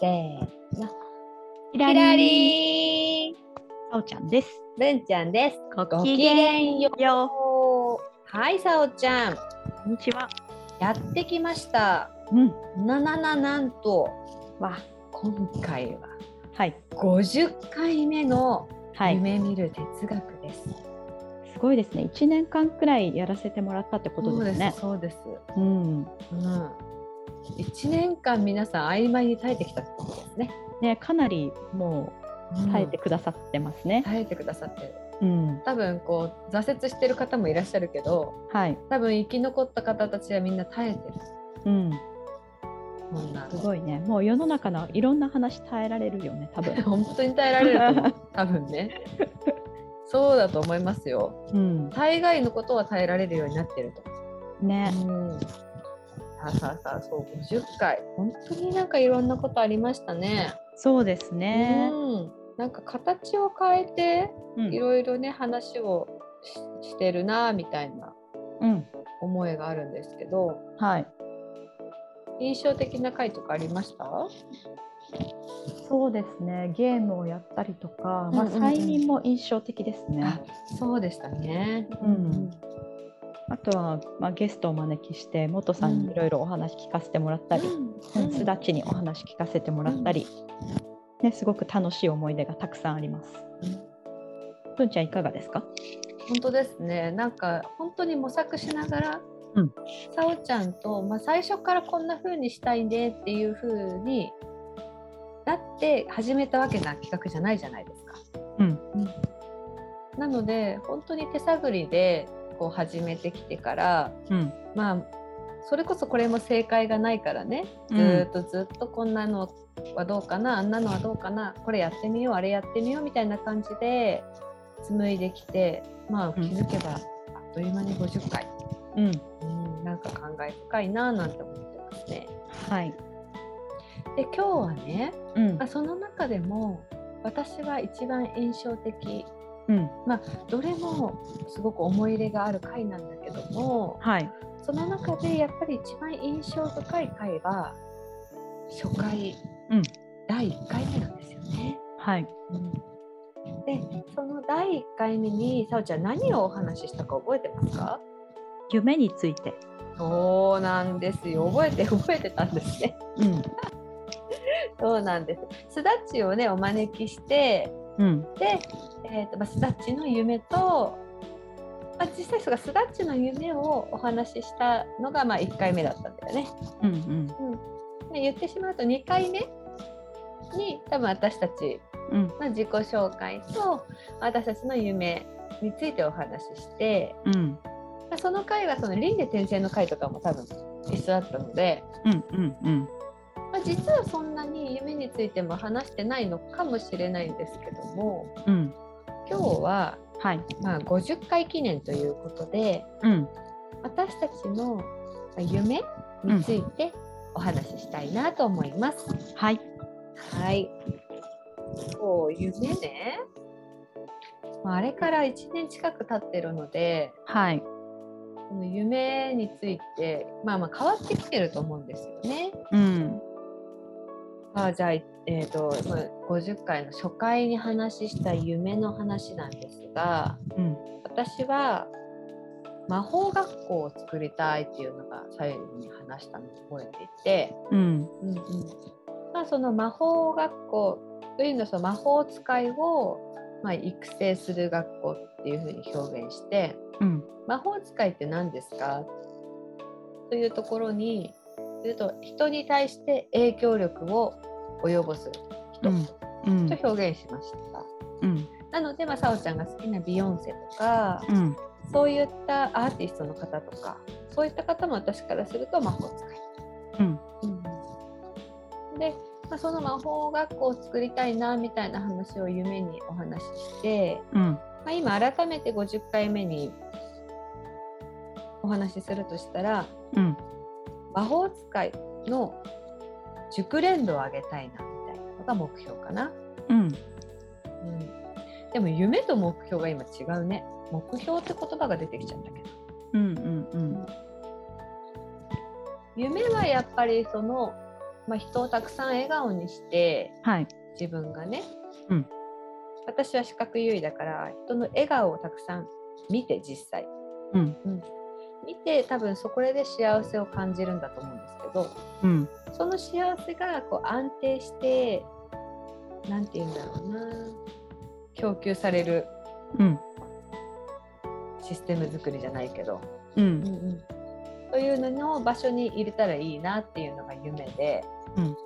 せーの。ひひらりーさおちゃんです。ぶんちゃんです。ごごきげんよよう。はい、さおちゃん。う。こんにちは。やってきました。うん。ななななんと、わ、今回ははい。 50回目のはい。夢見る哲学です。すごいですね。一年間くらいやらせてもらったってことですね。そうです。うん。うん。一年間皆さん曖昧に耐えてきたってことですね。ね、かなりもう耐えてうんくださってますね。耐えてくださってる。うん。多分こう挫折してる方もいらっしゃるけど、はい。多分生き残った方たちはみんな耐えてる。うん。こんなの。すごいね。もう世の中のいろんな話耐えられるよね。多分 本当に耐えられると思う 多分ねそうだと思いますようん。大概のことは耐えられるようになってるとね。思う、うん、さあさあさあそう50回本当になんかいろんなことありましたね、そうですね。うんなんか形を変えてういん。ろいろね話をししてるなみたいなうん。思いがあるんですけどはい。印象的な回とかありましたそうですね。ゲームをやったりとか、まあうんうんうん催眠も印象的ですね。そうでしたねうんあとは、まあ、ゲストをお招きして元さんうんにいろいろお話聞かせてもらったり、うんすだちにお話聞かせてもらったり、ね、すごく楽しい思い出がたくさんあります。うんぶんちゃんいかがですか本当ですねなんか本当に模索しながら、うんさおちゃんと、まあ、最初からこんな風にしたいねっていう風になって始めたわけな企画じゃないじゃないですか。うんなので本当に手探りでこう始めてきてからうんまあそれこそこれも正解がないからねずーっとずっとこんなのはどうかな、あんなのはどうかなこれやってみようあれやってみようみたいな感じで紡いできてまあ気うんづけばあっという間に50回、うんうん、なんか感慨深いなぁなんて思ってますね。はい、で今日はね、うんまあ、その中でも私は一番印象的うんどれもすごく思い入れがある回なんだけどもはい、その中でやっぱり一番印象深い回は初回、うん第1回目なんですよね。はい、でその第1回目にさおちゃん何をお話ししたか覚えてますか夢について、そうなんですよ覚えて覚えてたんですねうん そうなんですすだちをねお招きしてうんで、えーとまあ、すだっちの夢と、まあ、実際そうかすだっちの夢をお話ししたのがまあ1回目だったんだよねうんうんで言ってしまうと2回目に多分私たちうんの自己紹介と私たちの夢についてお話ししてうんまあその回はその輪廻転生の回とかも多分一緒だったので、うんうんうんまあ、実はそんなに夢についても話してないのかもしれないんですけどもうん今日ははいまあ50回記念ということでうん私たちのまあ夢についてお話ししたいなと思います。はいはい。そう夢ね。まああれから1年近く経ってるのではいこの夢についてまあまあ変わってきてると思うんですよね。うんさあじゃあ、えー、とまあ50回の初回に話した夢の話なんですがうん私は魔法学校を作りたいっていうのが最後に話したのを覚えていて、うんうんうんまあ、その魔法学校というのはその魔法使いを、まあ、育成する学校っていうふうに表現してうん魔法使いって何ですかというところに言うと人に対して影響力を及ぼす人うんうんと表現しました。うんなので、まあ、さおちゃんが好きなビヨンセとか、うんそういったアーティストの方とかそういった方も私からすると魔法使い。うんうんまあ、その魔法学校を作りたいなみたいな話を夢にお話しして、うんまあ、今改めて50回目にお話しするとしたらうん魔法使いの熟練度を上げたいなみたいなのが目標かな。うんうん、でも夢と目標が今違うね。目標って言葉が出てきちゃうんだけど。うんうん夢はやっぱりその、まあ、人をたくさん笑顔にしてはい自分がね、うん私は視覚優位だから人の笑顔をたくさん見て実際うん見て多分そこで幸せを感じるんだと思うんですけどうんその幸せがこう安定して何て言うんだろうな供給されるうんシステム作りじゃないけど、ううんんうん、というのの場所に入れたらいいなっていうのが夢で、うん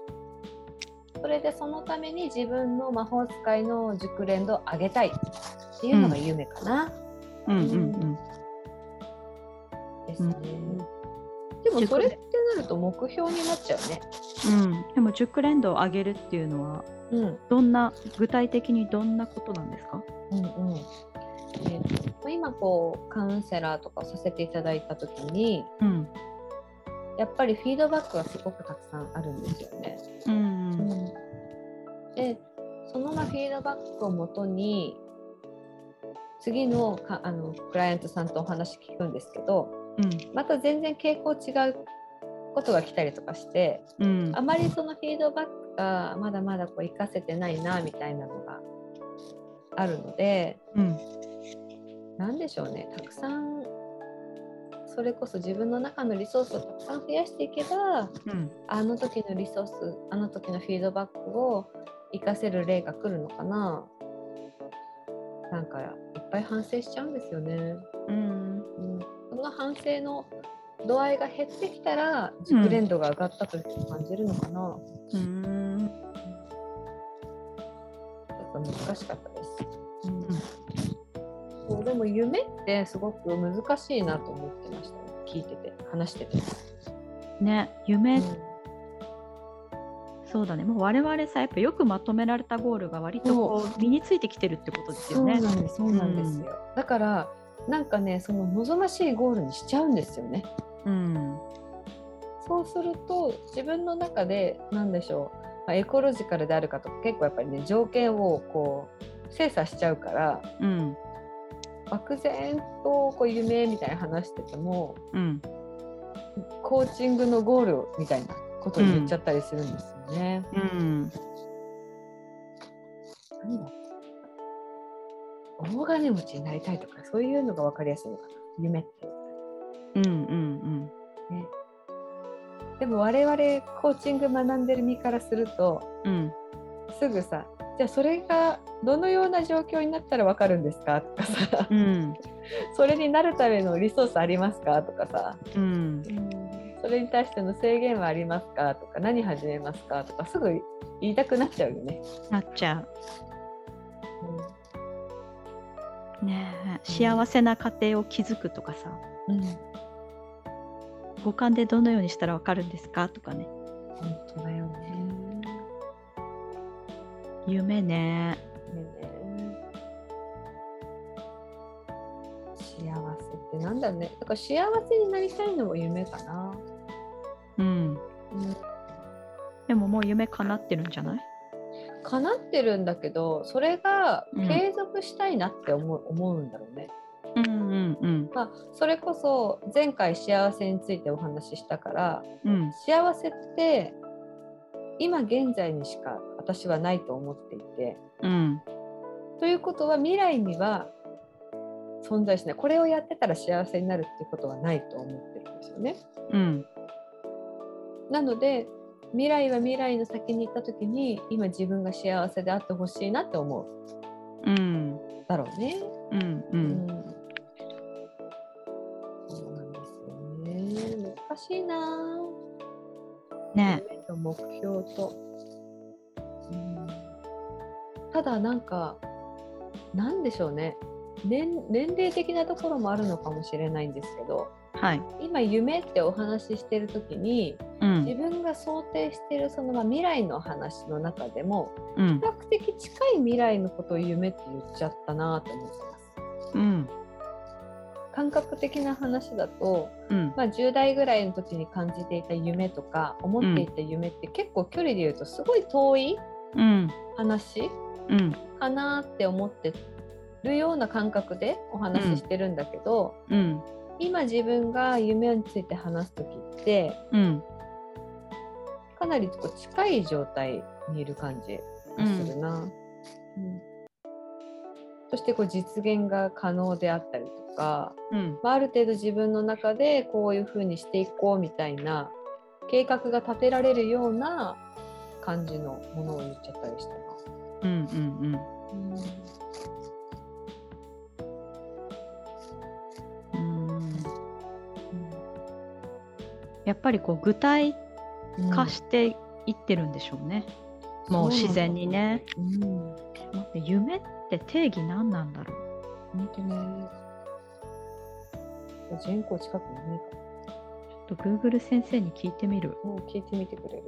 それでそのために自分の魔法使いの熟練度を上げたいっていうのが夢かな、うんうんですね。でもそれってなると目標になっちゃうね。うんでも熟練度を上げるっていうのはうんどんな具体的にどんなことなんですかうんうんえーと今こうカウンセラーとかさせていただいた時にうんやっぱりフィードバックがすごくたくさんあるんですよね。うんでそのまあフィードバックをもとに次のかあのクライアントさんとお話聞くんですけどうんまた全然傾向違うことが来たりとかしてうんあまりそのフィードバックがまだまだこう活かせてないなみたいなのがあるのでうん何でしょうねたくさんそれこそ自分の中のリソースをたくさん増やしていけばうんあの時のリソースあの時のフィードバックを活かせる例が来るのかななんかいっぱい反省しちゃうんですよね、うんうん、その反省の度合いが減ってきたら熟練度が上がったという感じるのかな、うんちょっと難しかったです、そうでも夢ってすごく難しいなと思ってましたね聞いてて話してて、ね夢うんそうだねもう我々さやっぱよくまとめられたゴールが割とこう身についてきてるってことですそようね。なんですそうなんですよ、だからなんかねその望ましいゴールにしちゃうんですよねうんそうすると自分の中で何でしょう、まあエコロジカルであるかとか結構やっぱりね条件をこう精査しちゃうからうん漠然とこう夢みたいな話しててもうんコーチングのゴールみたいなことを言っちゃったりするんですよね。うん何だ大金持ちになりたいとかそういうのが分かりやすいのかな夢って。うんうんでも我々コーチング学んでる身からするとうんすぐさじゃあそれがどのような状況になったら分かるんですかとかさうんそれになるためのリソースありますかとかさうんそれに対しての制限はありますかとか何始めますかとかすぐ言いたくなっちゃうよね。なっちゃうねえ幸せな家庭を築くとかさうん五感でどのようにしたらわかるんですかとかね本当だよね夢ねね幸せってなんだろうねだから幸せになりたいのも夢かな。うんうんでももう夢叶ってるんじゃない叶ってるんだけどそれがうん継続したいなって思う,、思うんだろうね。うんうんうんまあ、それこそ前回幸せについてお話ししたからうん幸せって今現在にしか私はないと思っていてうんということは未来には存在しないこれをやってたら幸せになるっていうことはないと思ってるんですよね。うんなので未来は未来の先に行った時に今自分が幸せであってほしいなって思ううんだろうね。うんううんんそうなんですよね難しいなぁね夢と目標と、うんただなんかなんでしょうね年年齢的なところもあるのかもしれないんですけどはい。今夢ってお話ししてる時にう自ん。分が想定してるその、まあ、未来の話の中でもうん比。較的近い未来のことを夢って言っちゃったなと思ってます。うん。感覚的な話だと、うん。まあ、10代ぐらいの時に感じていた夢とか思っていた夢って結構距離で言うとすごい遠いうん。話うん。かなって思ってるような感覚でお話ししてるんだけど、うん。今自分が夢について話す時ってうん。かなりこう近い状態にいる感じがするな。うんそしてこう実現が可能であったりとか、うん。まあ、ある程度自分の中でこういうふうにしていこうみたいな計画が立てられるような感じのものを言っちゃったりしたな。うん。うん。うん。やっぱりこう具体うん化していってるんでしょうね。もう自然にね。うん待って夢って定義何なんだろう。本当ね。人口近くにね、ちょっと Google 先生に聞いてみる。もう聞いてみてくれる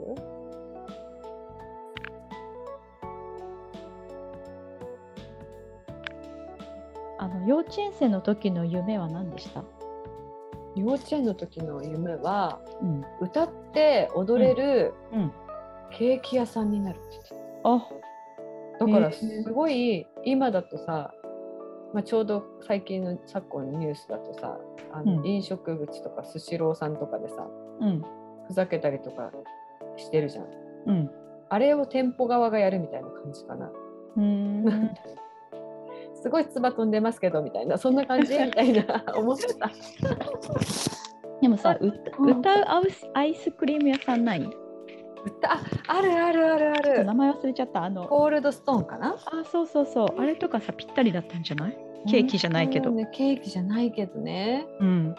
あの幼稚園生の時の夢は何でした？幼稚園の時の夢はうん。歌って踊れるうん。ケーキ屋さんになるって言ってあ、ただからえーすごい今だとさ、まあ、ちょうど最近の昨今のニュースだとさあのうん飲食口とかスシローさんとかでさうん。ふざけたりとかしてるじゃんうん。あれを店舗側がやるみたいな感じかなうーん。すごい唾飛んでますけどみたいなそんな感じみたい な思ってたでも さ、う歌うアイスアイスクリーム屋さんない？歌ああるあるあるある名前忘れちゃった。あの、コールドストーンかなあ、そうそうそう。あれとかさ、ぴったりだったんじゃない？ケーキじゃないけどうんね、ケーキじゃないけどねうん。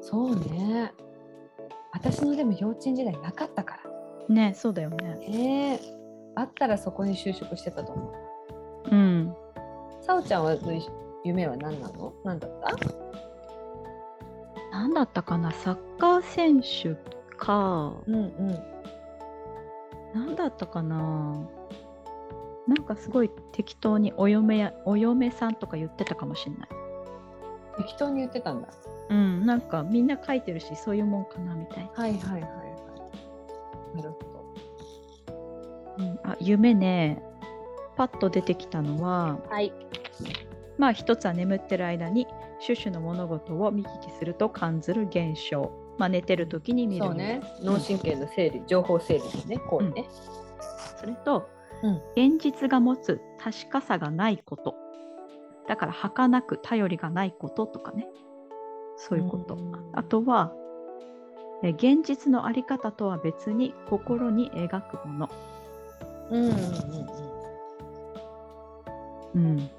そうね私のでも幼稚園時代なかったからね、そうだよね。ねあったらそこに就職してたと思ううん。さおちゃんは夢は何なの何だったなんだったかな、サッカー選手か。うんうんなんだったかな。なんかすごい適当にお嫁やお嫁さんとか言ってたかもしれない。適当に言ってたんだうん、なんかみんな書いてるし、そういうもんかなみたいな。はいはいはいはいなるほうん、あ、夢ね。パッと出てきたのは、どはいまあ一つは眠ってる間に種々の物事を見聞きすると感じる現象。まあ寝てる時に見るそうね脳神経の整理情報整理ですねこうね、それと、うん現実が持つ確かさがないことだから儚く頼りがないこととかねそういうこと、うんあとはえ現実のあり方とは別に心に描くもの、うんうんうんうんうん、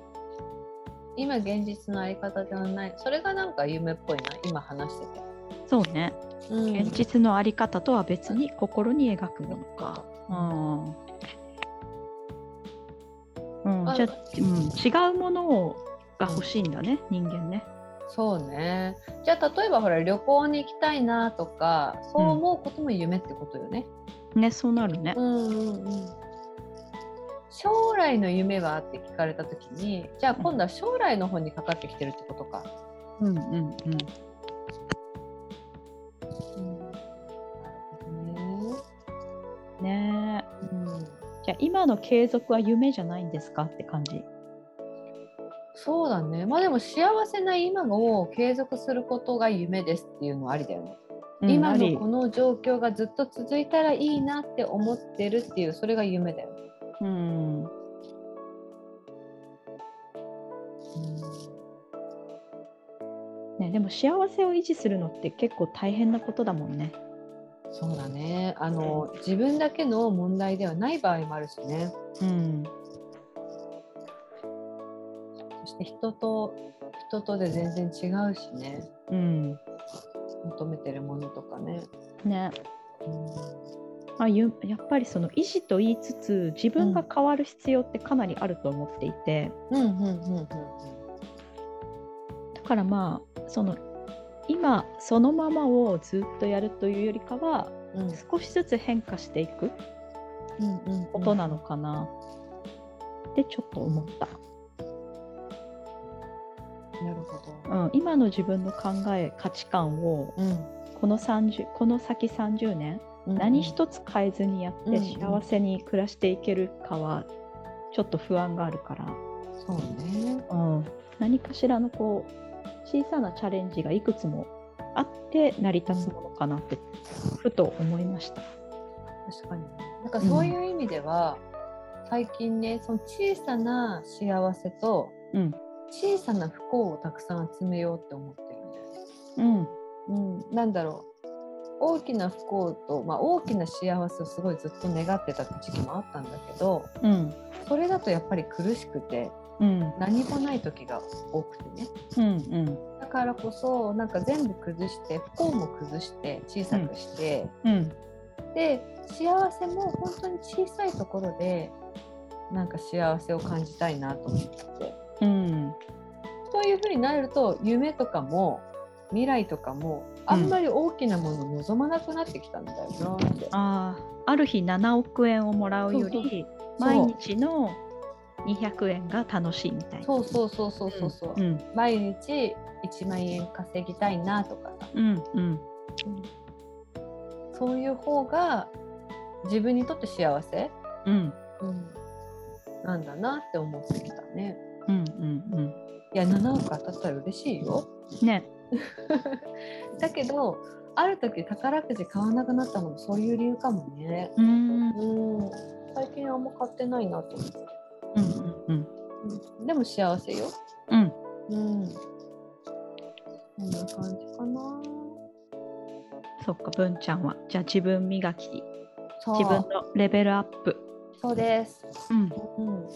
今現実のあり方ではないそれがなんか夢っぽいな今話してそうね、て、うん現実のあり方とは別に心に描くものか、うんうん、じゃあ、うん、違うものをが欲しいんだね人間ねそうねじゃあ例えばほら旅行に行きたいなとかそう思うことも夢ってことよね、ねそうなるねうんうんうん将来の夢はって聞かれた時にじゃあ今度は将来の方にかかってきてるってことか、うんうんうんねえうん、じゃあ今の継続は夢じゃないんですかって感じ。そうだねまあでも幸せな今を継続することが夢ですっていうのはありだよね、今ありのこの状況がずっと続いたらいいなって思ってるっていうそれが夢だよね、うんね、でも幸せを維持するのって結構大変なことだもんね。そうだねあの自分だけの問題ではない場合もあるしね、うん、そして人と人とで全然違うしねうん、求めてるものとかね。ね、まあ、ゆやっぱりその意思と言いつつ自分が変わる必要ってかなりあると思っていて、うんうんうんうんからまあその今そのままをずっとやるというよりかはうん少しずつ変化していくことなのかなってちょっと思った、なるほど。うん、今の自分の考え価値観をうんこの30この先30年何一つ変えずにやっうんうてん幸せに暮らしていけるかはちょっと不安があるから、そうね。うん、何かしらのこう小さなチャレンジがいくつもあって成り立つものかなってふと思いました。確かに。なんかそういう意味では、最近ねその小さな幸せとうん小さな不幸をたくさん集めようって思ってるんだよね。うんうん、なんだろう大きな不幸と、まあ、大きな幸せをすごいずっと願ってた時期もあったんだけどうんそれだとやっぱり苦しくてうん何もない時が多くてねうんだからこそなんか全部崩して不幸も崩して小さくして、うんで幸せも本当に小さいところでなんか幸せを感じたいなと思っててうんそういうふうになると夢とかも未来とかもあんまり大きなもの望まなくなってきたんだよなって。ああある日7億円をもらうよそうり毎日の200円が楽しいみたいな。そうそうそうそうそうそうう、ん毎日1万円稼ぎたいなとかさうんうんそういう方が自分にとって幸せ、うんなんだなって思ってきたねうんうんいや7億当たったら嬉しいようんねだけどある時宝くじ買わなくなったのもそういう理由かもねうーんうんうん最近あんま買ってないなと思って、うんうんうんでも幸せようんうんこんな感じかなそっか文ちゃんはじゃあ自分磨きそう自分のレベルアップ、そうです、うん、うん、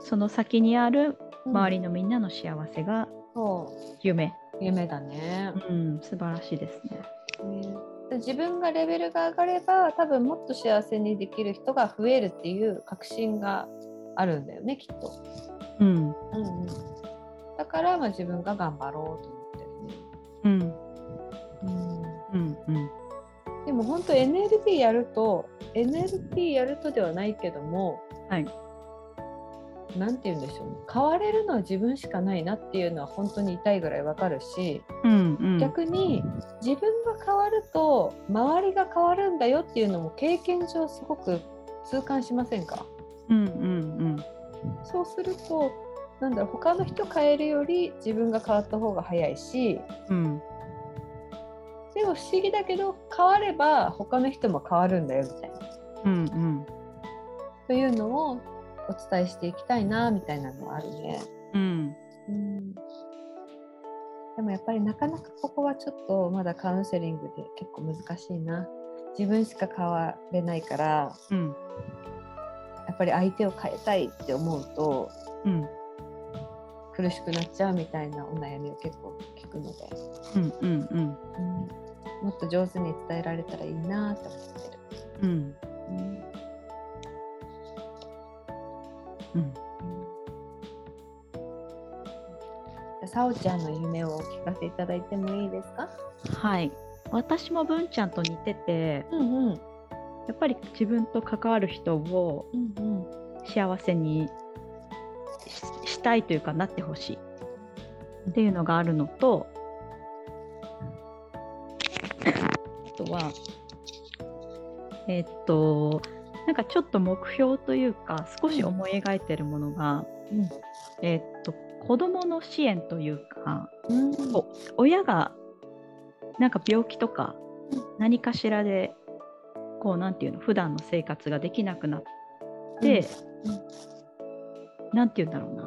その先にある周りののみんなの幸せがそう夢、夢だね。うん、素晴らしいですね。で自分がレベルが上がれば多分もっと幸せにできる人が増えるっていう確信があるんだよねきっと、うんうんうん、だから、まあ、自分が頑張ろうと思うんってるね、うんうんでも本当 NLP やると NLP やるとではないけどもはいなんて言うんでしょうね変われるのは自分しかないなっていうのは本当に痛いぐらいわかるし、うんうん逆に自分が変わると周りが変わるんだよっていうのも経験上すごく痛感しませんかうんうんそうするとなんだろう他の人変えるより自分が変わった方が早いしうんでも不思議だけど変われば他の人も変わるんだよみたいなうんうんというのをお伝えしていきたいなみたいなのはあるね。うんうんでもやっぱりなかなかここはちょっとまだカウンセリングで結構難しいな自分しか変われないからうんやっぱり相手を変えたいって思うとうん苦しくなっちゃうみたいなお悩みを結構聞くので、うんうんうんもっと上手に伝えられたらいいなと思ってる。うんうんうんさおちゃんの夢をお聞かせいただいてもいいですか？はい私も文ちゃんと似ててうんうんやっぱり自分と関わる人をうんうん幸せにししたいというかなってほしいっていうのがあるのとあとはえっとなんかちょっと目標というか少し思い描いてるものが、うんえっと子どもの支援というかうんお親がなんか病気とかうん何かしらでこうなんていうの普段の生活ができなくなって、うんなんていうんだろうな、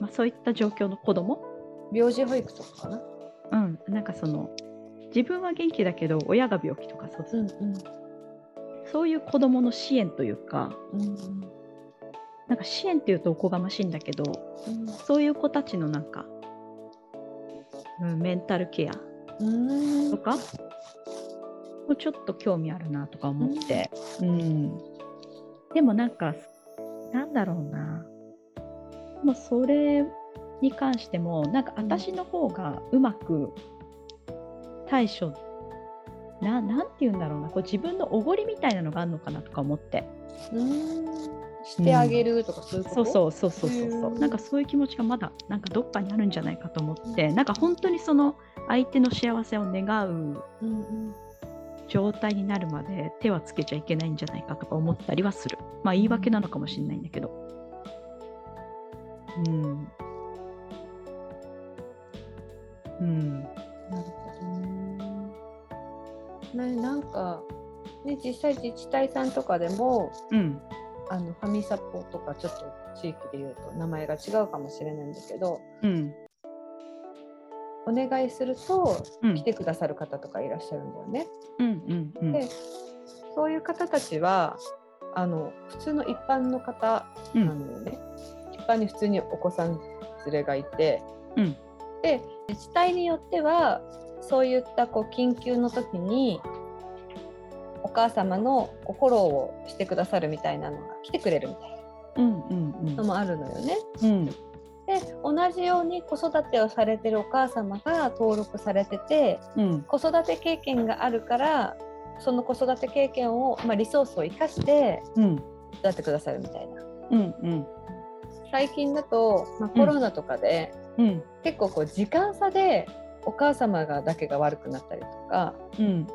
まあ、そういった状況の子供病児保育とかかな？うんなんかその自分は元気だけど親が病気とかそう,、うんうんそういう子供の支援というかうんなんか支援っていうとおこがましいんだけどそういう子たちのなんか、うん、メンタルケアうんうんとかもちょっと興味あるなとか思って、うん、でもなんかなんだろうなもうそれに関してもなんかうん私の方がうまく対処ななんて言うんだろうなこう自分のおごりみたいなのがあるのかなとか思ってうんしてあげるとかそういうこと、そうそうそうそうそうそううんなんかそういう気持ちがまだなんかどっかにあるんじゃないかと思ってなんか本当にその相手の幸せを願ううんうん状態になるまで手はつけちゃいけないんじゃないかとか思ったりはするまあ言い訳なのかもしれないんだけどうんうんなるほどね。ね、なんか、ね、実際自治体さんとかでも、うんあの、ファミサポとか、ちょっと地域で言うと名前が違うかもしれないんだけど、うんお願いするとうん来てくださる方とかいらっしゃるんだよね。うんうんうんでそういう方たちは、あの、普通の一般の方うんなんだよね。一般に普通にお子さん連れがいて、うんで自治体によってはそういったこう緊急の時にお母様のこうフォローをしてくださるみたいなのが来てくれるみたいうんうんうんなのもあるのよね。うんで同じように子育てをされてるお母様が登録されててうん子育て経験があるからその子育て経験を、まあ、リソースを生かしてうん育ってくださるみたいな。うんうん最近だと、まあ、コロナとかで、うん結構こう時間差でお母様がだけが悪くなったりとかうん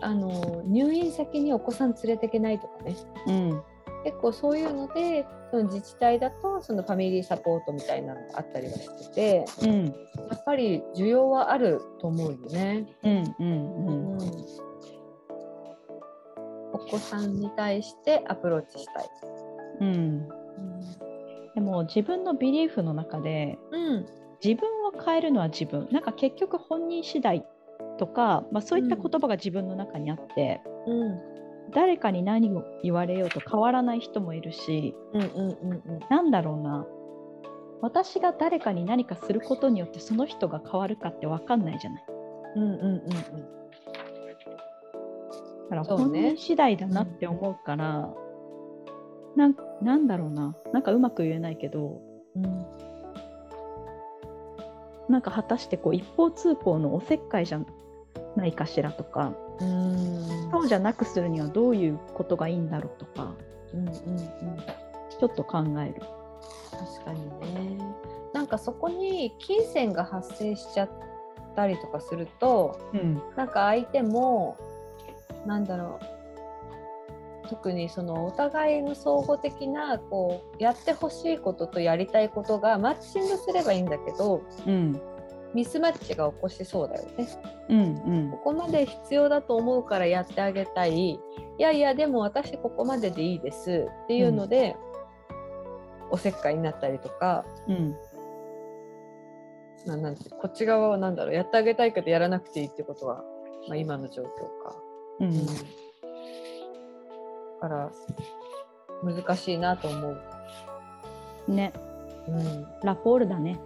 あの入院先にお子さん連れていけないとかねうん結構そういうのでその自治体だとそのファミリーサポートみたいなのがあったりはしててうんやっぱり需要はあると思うよね。うんうんうんうんお子さんに対してアプローチしたい。うんでも自分のビリーフの中でうん、自分を変えるのは自分なんか結局本人次第とか、まあ、そういったうん言葉が自分の中にあって、うん、誰かに何を言われようと変わらない人もいるしうん、うん、うん、うん、なんだろうな私が誰かに何かすることによってその人が変わるかって分かんないじゃないうん、うん、うん、だからそう本ね人次第だなって思うからなんなんだろうななんかうまく言えないけどうん、なんか果たしてこう一方通行のおせっかいじゃないかしらとかうん、そうじゃなくするにはどういうことがいいんだろうとかうん、うん、うん。ちょっと考える。確かにねなんかそこに金銭が発生しちゃったりとかするとうんなんか相手もなんだろう特にそのお互いの相互的なこうやってほしいこととやりたいことがマッチングすればいいんだけどうんミスマッチが起こしそうだよね。うんうんここまで必要だと思うからやってあげたいいやいやでも私ここまででいいですっていうので、おせっかいになったりとかうんななんてこっち側はなんだろうやってあげたいけどやらなくていいってことは、まあ、今の状況か、ううんん、だから難しいなと思う、ねうんラポールだね。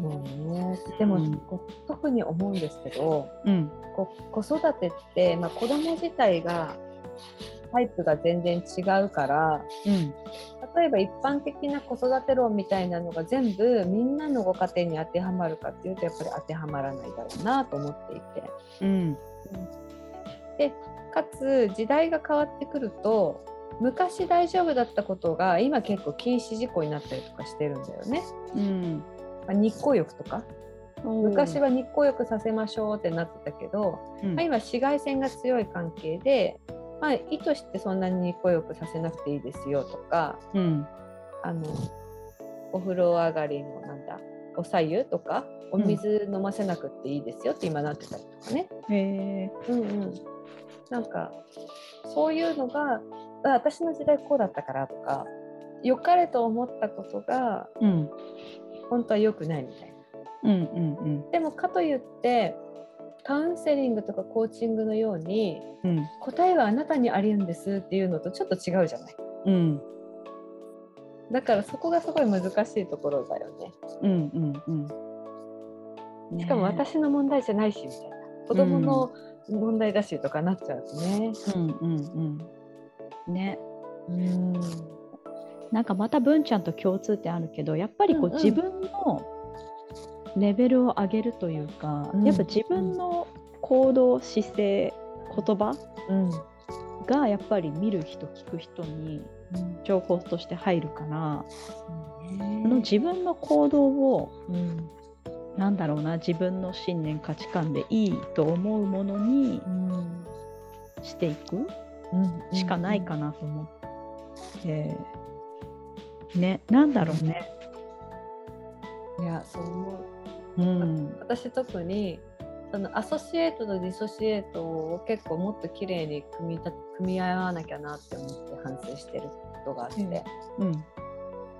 もうね、でも、うんこう特に思うんですけどうんこ子育てって、まあ、子供自体がタイプが全然違うからうん例えば一般的な子育て論みたいなのが全部みんなのご家庭に当てはまるかっていうとやっぱり当てはまらないだろうなと思っていて。うんかつ時代が変わってくると昔大丈夫だったことが今結構禁止事項になったりとかしてるんだよね。うんまあ日光浴とか昔は、は日光浴させましょうってなってたけど、うんまあ、今紫外線が強い関係で、まあ、意図してそんなに日光浴させなくていいですよとかうんあのお風呂上がりのなんだお白湯とかお水飲ませなくていいですよって今なってたりとかね。へえうんうん、なんかそういうのがあ私の時代こうだったからとか良かれと思ったことがうん本当は良くないみたいな。うんうんうんでもかといってカウンセリングとかコーチングのようにうん答えはあなたにありうんですっていうのとちょっと違うじゃない。うんだからそこがすごい難しいところだよね。うんうんうんねしかも私の問題じゃないしみたいな子供の問題だしとかなっちゃうとね。うんうんうんねうんなんかまた文ちゃんと共通点あるけどやっぱりこう、うんうん自分のレベルを上げるというか、うんやっぱ自分の行動姿勢言葉うんがやっぱり見る人聞く人に情報として入るから、その自分の行動をうんなんだろうな自分の信念価値観でいいと思うものにうんしていくうんしかないかなと思って、ねなんだろうね、いやそう思うんう、私特にそのアソシエイトとディソシエイトを結構もっと綺麗に組み立て組み合わなきゃなって思って反省してることがあって、うんうん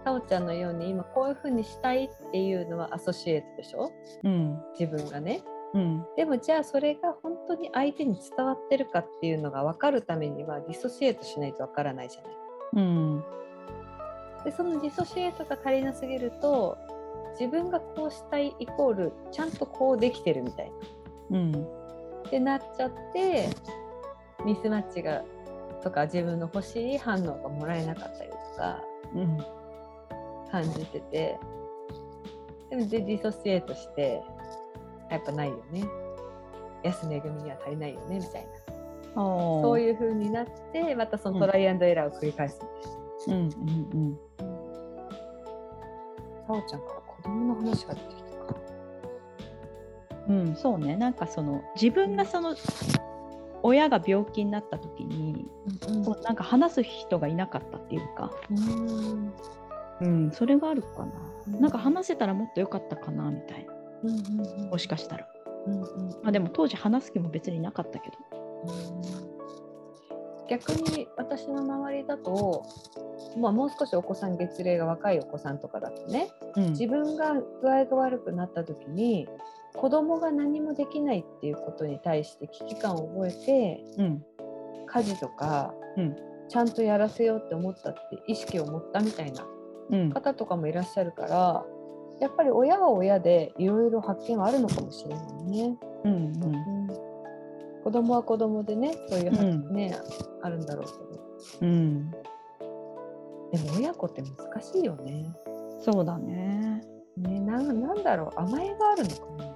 さおちゃんのように今こういうふうにしたいっていうのはアソシエイトでしょうん自分がねうんでもじゃあそれが本当に相手に伝わってるかっていうのが分かるためにはディソシエイトしないと分からないじゃないうんでそのディソシエートが足りなすぎると自分がこうしたいイコールちゃんとこうできてるみたいうんなってなっちゃってミスマッチがとか自分の欲しい反応がもらえなかったりとかうん感じててでもでディソシエートしてやっぱないよね安めぐみには足りないよねみたいなそそうういういう風になってまたそのトライアンドエラーを繰り返すみたいな。うんうんさおちゃんから子供の話が出てきたかうんうんそうねなんかその自分がその親が病気になった時にこうなんか話す人がいなかったっていうか、うんうん、それがあるかうな。んなんか話せたらもっと良かったかなみたいなもしかしたら、まあ、でも当時話す気も別になかったけど逆に私の周りだと、まあ、もう少しお子さん月齢が若いお子さんとかだとねうん自分が具合が悪くなった時に子供が何もできないっていうことに対して危機感を覚えてうん家事とか、うんちゃんとやらせようって思ったって意識を持ったみたいなうん方とかもいらっしゃるからやっぱり親は親でいろいろ発見はあるのかもしれないね。うんうん子供は子供でねそういう、うんねあるんだろううんけどでも親子って難しいよね。そうだねねなんなんだろう甘えがあるのかな。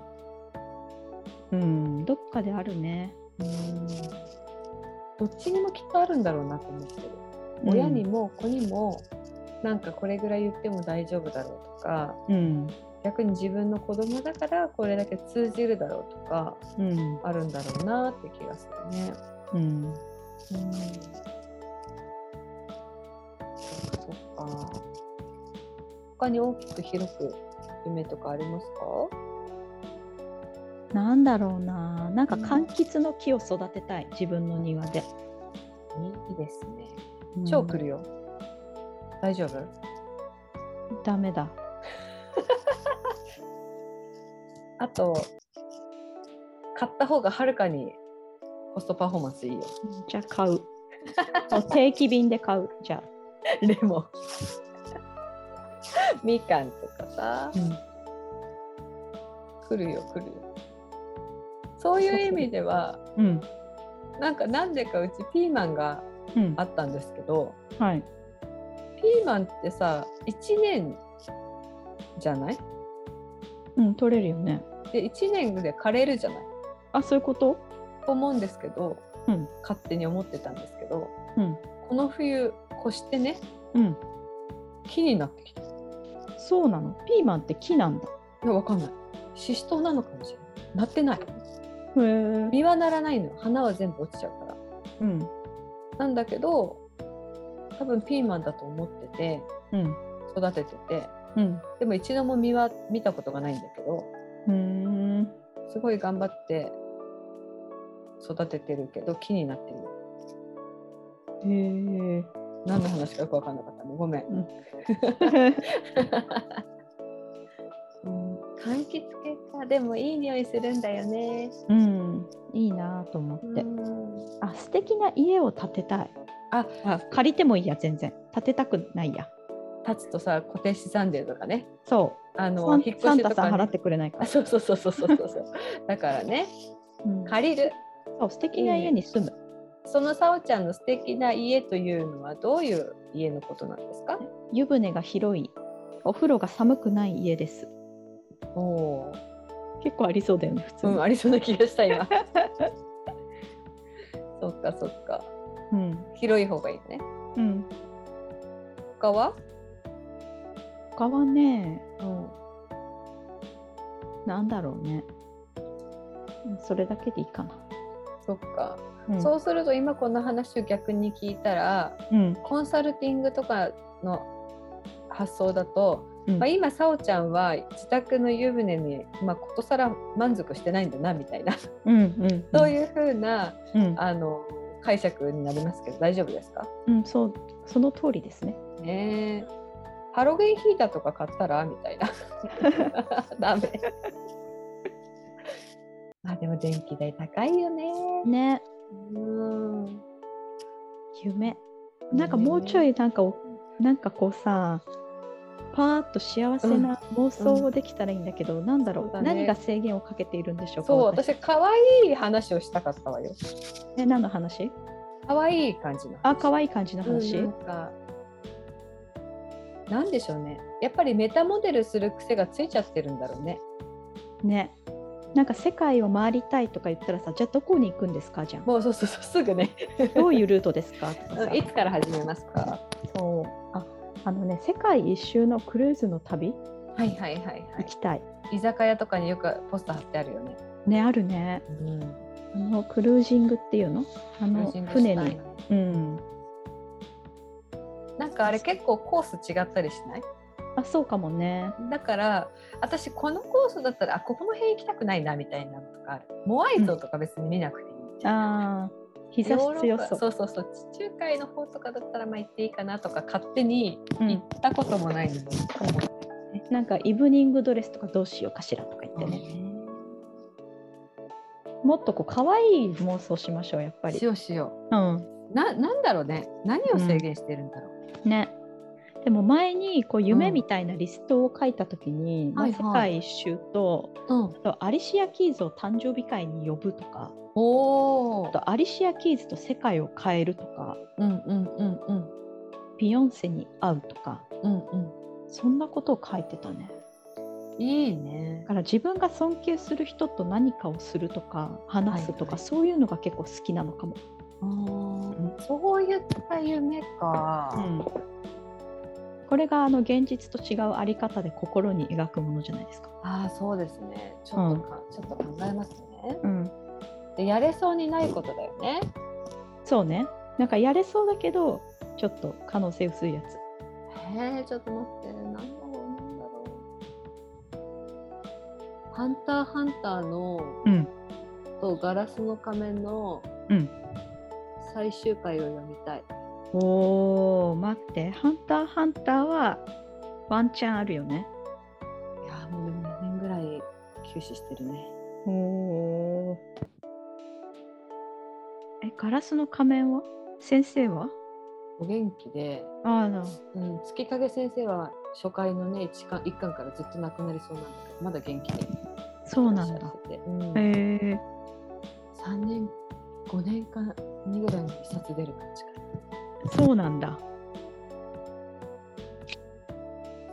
うんどっかであるねうんどっちにもきっとあるんだろうなと思ってる。親にも子にもなんかこれぐらい言っても大丈夫だろうとかうん逆に自分の子供だからこれだけ通じるだろうとかうんあるんだろうなって気がするね。うんうんそっかそっか。他に大きく広く夢とかありますか？なんだろうななんか柑橘の木を育てたい自分の庭で、いいですね。うん超来るよ。大丈夫？ダメだあと買った方がはるかにコストパフォーマンスいいよ。 じゃあ買う そう定期便で買うじゃレモン。みかんとかさあ、、うん来るよ来るよ。そういう意味で はうんなんかなんでかうちピーマンがうんあったんですけど。はいピーマンってさ1年じゃないうん取れるよねで1年で枯れるじゃないあそういうことと思うんですけど、うん勝手に思ってたんですけどうんこの冬越してねうん木になってきたいそうなのピーマンって木なんだやわかんないシシトウなのかもしれないなってないへえ実はならないのよ花は全部落ちちゃうからうんなんだけど多分ピーマンだと思っててうん育てててうんでも一度も実は見たことがないんだけどうーんすごい頑張って育ててるけど木になってるよへ何の話かよく分かんなかったのごめん。えうん、柑橘系かでもいい匂いするんだよね。 うんいいなと思って、うんあ素敵な家を建てたいああ借りてもいいや全然建てたくないや立つとさ固定資産税とかねそあうのサン引っ越サンしタとさかんね、払ってくれないかあら、そうそうそうそうそうそうそうだからねうん借りる、そう素敵な家に住むそのさおちゃんの素敵な家というのはどういう家のことなんですか湯船が広いお風呂が寒くない家ですおお結構ありそうだよね普ー、通うに、ん、ありそうな気がした今 そっかそっかうん広い方がいいねうん、他は、他はねうん、なんだろうねうんそれだけでいいかな、そっか、うん、そうすると今この話を逆に聞いたらうん、コンサルティングとかの発想だと、うんまあ、今さおちゃんは自宅の湯船に、まあ、ことさら満足してないんだなみたいなうんうんそういうふうなうんあの解釈になりますけど大丈夫ですかうん、そうその通りですねねえハロゲンヒーターとか買ったらみたいな ダメ まあでも電気代高いよねねうん夢なんかもうちょいなんかおなんかこうさパーッと幸せな妄想できたらいいんだけど、なんだろうそうだね何が制限をかけているんでしょうかそう私私可愛い話をしたかったわよえ何の話可愛い感じの話あ可愛い感じの話、うん、なんかなんでしょうねやっぱりメタモデルする癖がついちゃってるんだろうねねなんか世界を回りたいとか言ったらさじゃあどこに行くんですかじゃんもうそうそうそうすぐねどういうルートですかとかさ うんいつから始めますかそうああのね世界一周のクルーズの旅はいはいはいは行きたい、い居酒屋とかによくポスター貼ってあるよねねあるねうんあのクルージングっていうのあの船にうんなんかあれ結構コース違ったりしないあそうかもねだから私このコースだったらあここの辺行きたくないなみたいなのとかあるモアイ像とか別に見なくていい、ああ日差し強そうそうそうそう地中海の方とかだったらまあ行っていいかなとか勝手にう行ん、ったこともないのに、なんかイブニングドレスとかどうしようかしらとか言ってね、もっとこう可愛い妄想しましょうやっぱりしようしようんうななんだろうね何を制限してるんだろう、ねでも前にこう夢みたいなリストを書いた時に、まあはいはい世界一周とうんあとアリシア・キーズを誕生日会に呼ぶとかおあおとアリシア・キーズと世界を変えるとかうんうんうんうんビヨンセに会うとかうんそんなことを書いてたねうんいいねだから自分が尊敬する人と何かをするとか話すとか、はいはいそういうのが結構好きなのかも、そういった夢か、これがあの現実と違うあり方で心に描くものじゃないですか、ああそうですねちょっとか、ちょっと考えますねでやれそうにないことだよねそうねなんかやれそうだけどちょっと可能性薄いやつえー、ちょっと待って、なんだろう、なんだろう。ハンターハンターの、うんとガラスの仮面のうん最終回を読みたい。おー待って「ハンターハンター」はワンチャンあるよねいやー、もうでも4年ぐらい休止してるね。おえガラスの仮面は先生はお元気で、あのうん、月影先生は初回のね、一巻一巻からずっと亡くなりそうなんだけど、まだ元気で。そうなんだ。うん、へえ3年、5年間にぐらいに一冊出る感じかな。そうなんだ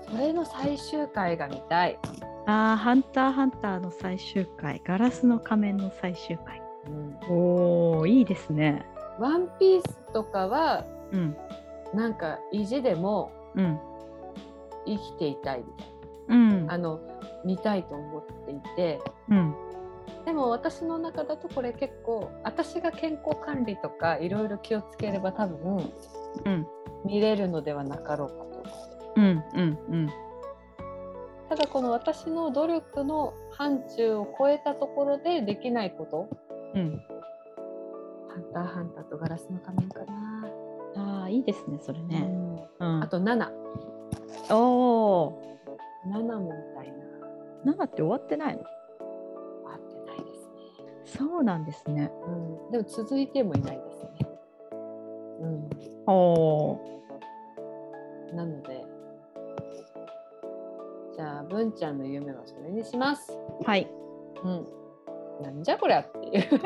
それの最終回が見たい。あーハンターハンターの最終回、ガラスの仮面の最終回。うんおお、いいですね。ワンピースとかはうん、なんか意地でもうん、生きていたいみたいうんなあ、の見たいと思っていてうん、でも私の中だとこれ結構私が健康管理とかいろいろ気をつければ多分うん、見れるのではなかろうかと思ううん、うん、うん。ただこの私の努力の範疇を超えたところでできないことうん、 「ハンターハンター」と「ガラスの仮面」かな、ああ、いいですね、それうね。うんん、あと77と、おお、もみたいな七って終わってないの。合ってないですねそうなんですね。うん、でも続いてもいないですね。おお、うん、なので、じゃあ、文ちゃんの夢はそれにします。はい。うん、なんじゃこりゃっていう。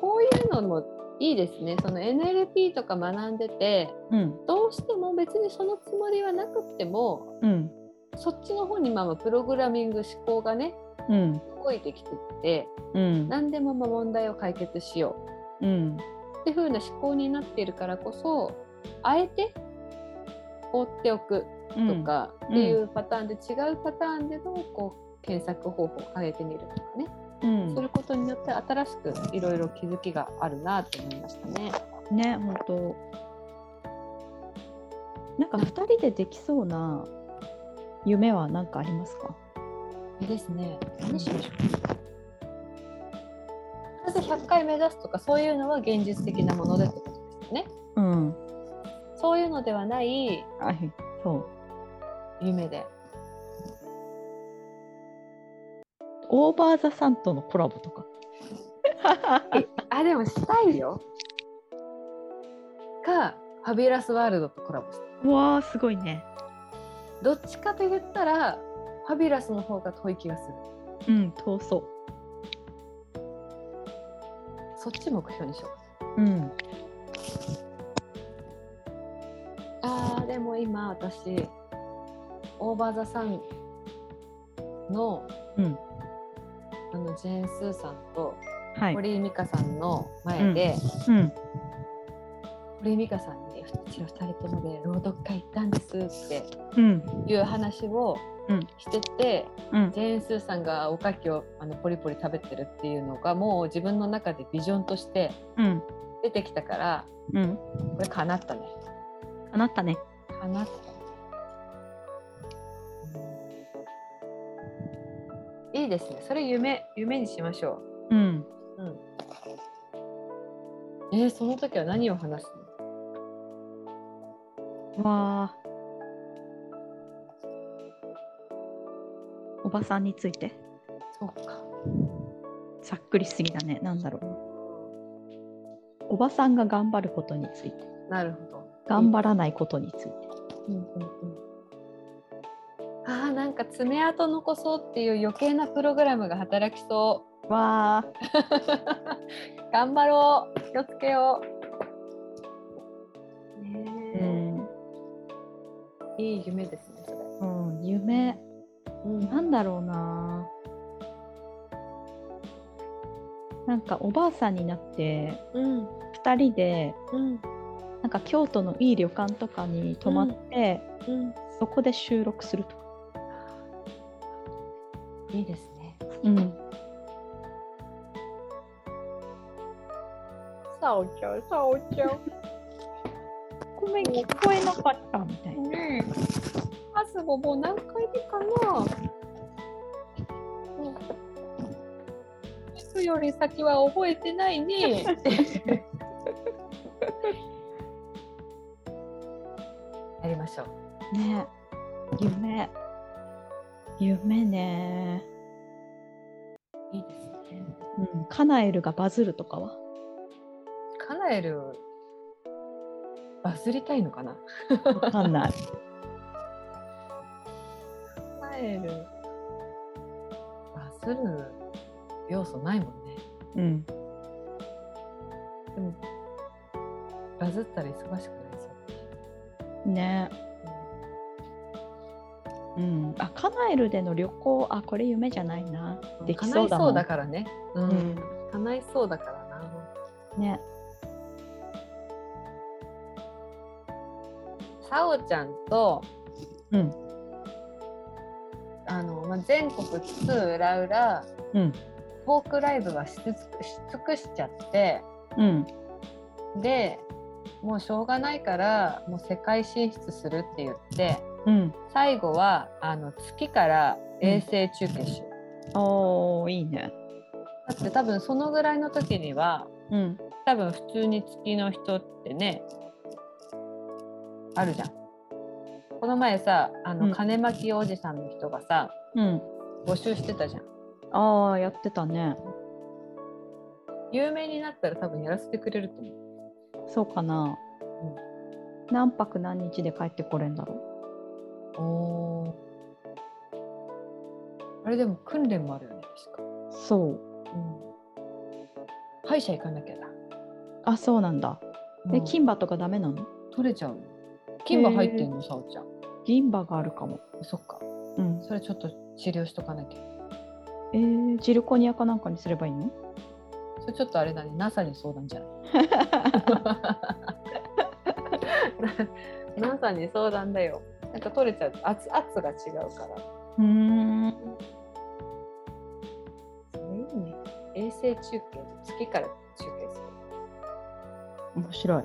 こういうのもいいですねその NLP とか学んでてうんどうしても別にそのつもりはなくってもうんそっちの方にまあまあプログラミング思考がねうん動いてきててうん何でもまあ問題を解決しようんうっていう風な思考になっているからこそあえて放っておくとかっていうパターンで、違うパターンでのこう検索方法を上げてみるとかね、うんすることによって新しくいろいろ気づきがあるなって思いましたね。ね本当なんか2人でできそうな夢は何かありますかですね。何しましょうまず100回目指すとかそういうのは現実的なものでってことですよね。うんそういうのではないはいそう夢で。オーバー・ザ・サンとのコラボとかあでもしたいよ。かファビュラスワールドとコラボしたい。うわーすごいねどっちかと言ったらファビュラスの方が遠い気がする。うん遠そそっち目標にしよう。ううんあーでも今私オーバー・ザ・サンの,、うんあのジェーン・スーさんとはい堀井美香さんの前で、うん堀井美香さんに「うちら2人ともで朗読会行ったんです」ってうんいう話をうんしてて、うんジェーン・スーさんがおかきをあのポリポリ食べてるっていうのがもう自分の中でビジョンとしてうん出てきたからうんこれ叶ったね。あなったねかなっていいですね。それ夢夢にしましょうんう。うん。えー、その時は何を話すわあおばさんについての？そうか。ざっくりしすぎだねなんだろうおばさんが頑張ることについてなるほど。頑張らないことについてうんうんうん。ああなんか爪痕残そうっていう余計なプログラムが働きそわあう。 頑張ろう。気をつけよう。ねうえん、いい夢ですねそれ。うん、夢うんなんだろうななんかおばあさんになってうん2人でうんなんか京都のいい旅館とかに泊まって、うん。そこで収録するとか、いいですね。うん、さおちゃん、さおちゃん。ごめん聞こえなかったみたいなねえ。あすごもう何回目かな。うん人より先は覚えてないね。 やりましょう。ね夢夢ねいいですね。うん、カナエルがバズるとかはカナエル。バズりたいのかな。わかんないカナエル。バズる。要素ないもんね。 うんでも、バズったら忙しくなりそう。ねうんあカナエルでの旅行あこれ夢じゃないなできそうだ叶いそもうんだからね。う。うんん叶いそうだからな。ねさおちゃんと、うんあの、まあ、全国津々浦々、うんフォークライブはしつくし尽くしちゃって、うんで、もうしょうがないから、もう世界進出するって言って、うん最後は、あの、月から衛星中継しよう。おーいいねだって多分そのぐらいの時には、うん多分普通に月の人ってねあるじゃん。この前さあうんの金巻おじさんの人がさ、うん募集してたじゃん。ああやってたね有名になったら多分やらせてくれると思う。そうかな、何泊何日で帰ってこれんだろあれでも訓練もあるよね確か。うそう歯医者行かなきゃだ。あそうなんだ。うえん金歯とかダメなの取れちゃうの。金歯入ってんの、さおちゃん。銀歯があるかも。そっか。うん、それちょっと治療しとかなきゃ。えー、ジルコニアかなんかにすればいいのそれちょっとあれだね、NASA に相談じゃない。NASA に相談だよ。なんか取れちゃう圧圧が違うから。うーんそれいいね。衛星中継、月から中継する。面白い。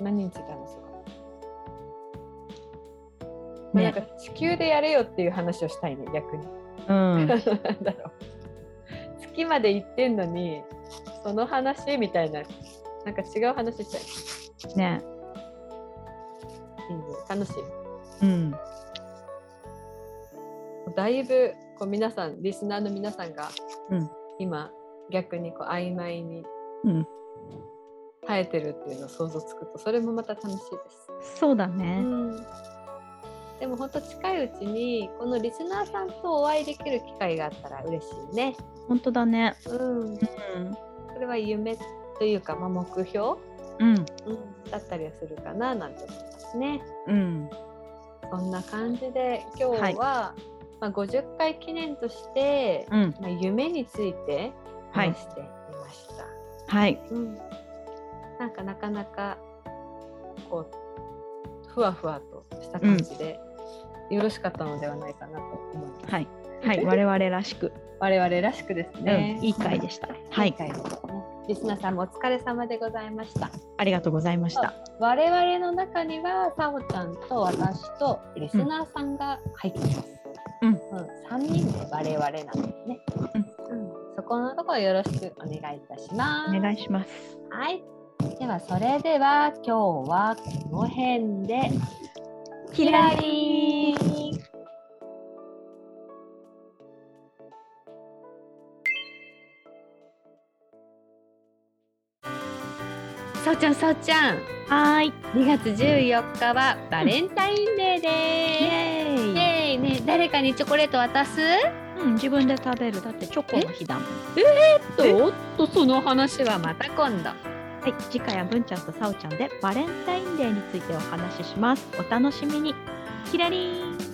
何について話そうか。まあなんか地球でやれよっていう話をしたいね、逆に。うん、なんだろう。月まで行ってんのに、その話みたいな、なんか違う話したい。ね、いいね楽しい。うん、だいぶこう皆さんリスナーの皆さんがうん今、逆にこう曖昧にうん、生えてるっていうのを想像つくとそれもまた楽しいです。そうだね。でも本当近いうちにこのリスナーさんとお会いできる機会があったら嬉しいね。本当だね。うん、これは夢というか、まあ、目標、うん、うん、だったりはするかななんて思いますね。うん、そんな感じで今日は、まあ、50回記念として、うん、まあ、夢についてはい話、してみました。はい、うん、なんかなかなかこうふわふわとした感じで、よろしかったのではないかなと思います。はい、 はい、我々らしく、我々らしくですね。うん、いい回でした。は、はいい、回ですね。リスナーさんもお疲れ様でございました。ありがとうございました。我々の中にはさおちゃんと私とリスナーさんが入っています。うん3人で我々なんですね。うんそこのところよろしくお願いいたしまおす。願いします。はい。ではそれでは今日はこの辺でキラリン。さおちゃんさおちゃんはーい、 2月14日はバレンタインデーイでエす、ーイ。イエーイね誰かにチョコレート渡すうん、自分で食べる。だってチョコの日だもん。とおっとその話はまた今度はい、次回は文ちゃんとさおちゃんでバレンタインデーについてお話しします。お楽しみに。キラリン。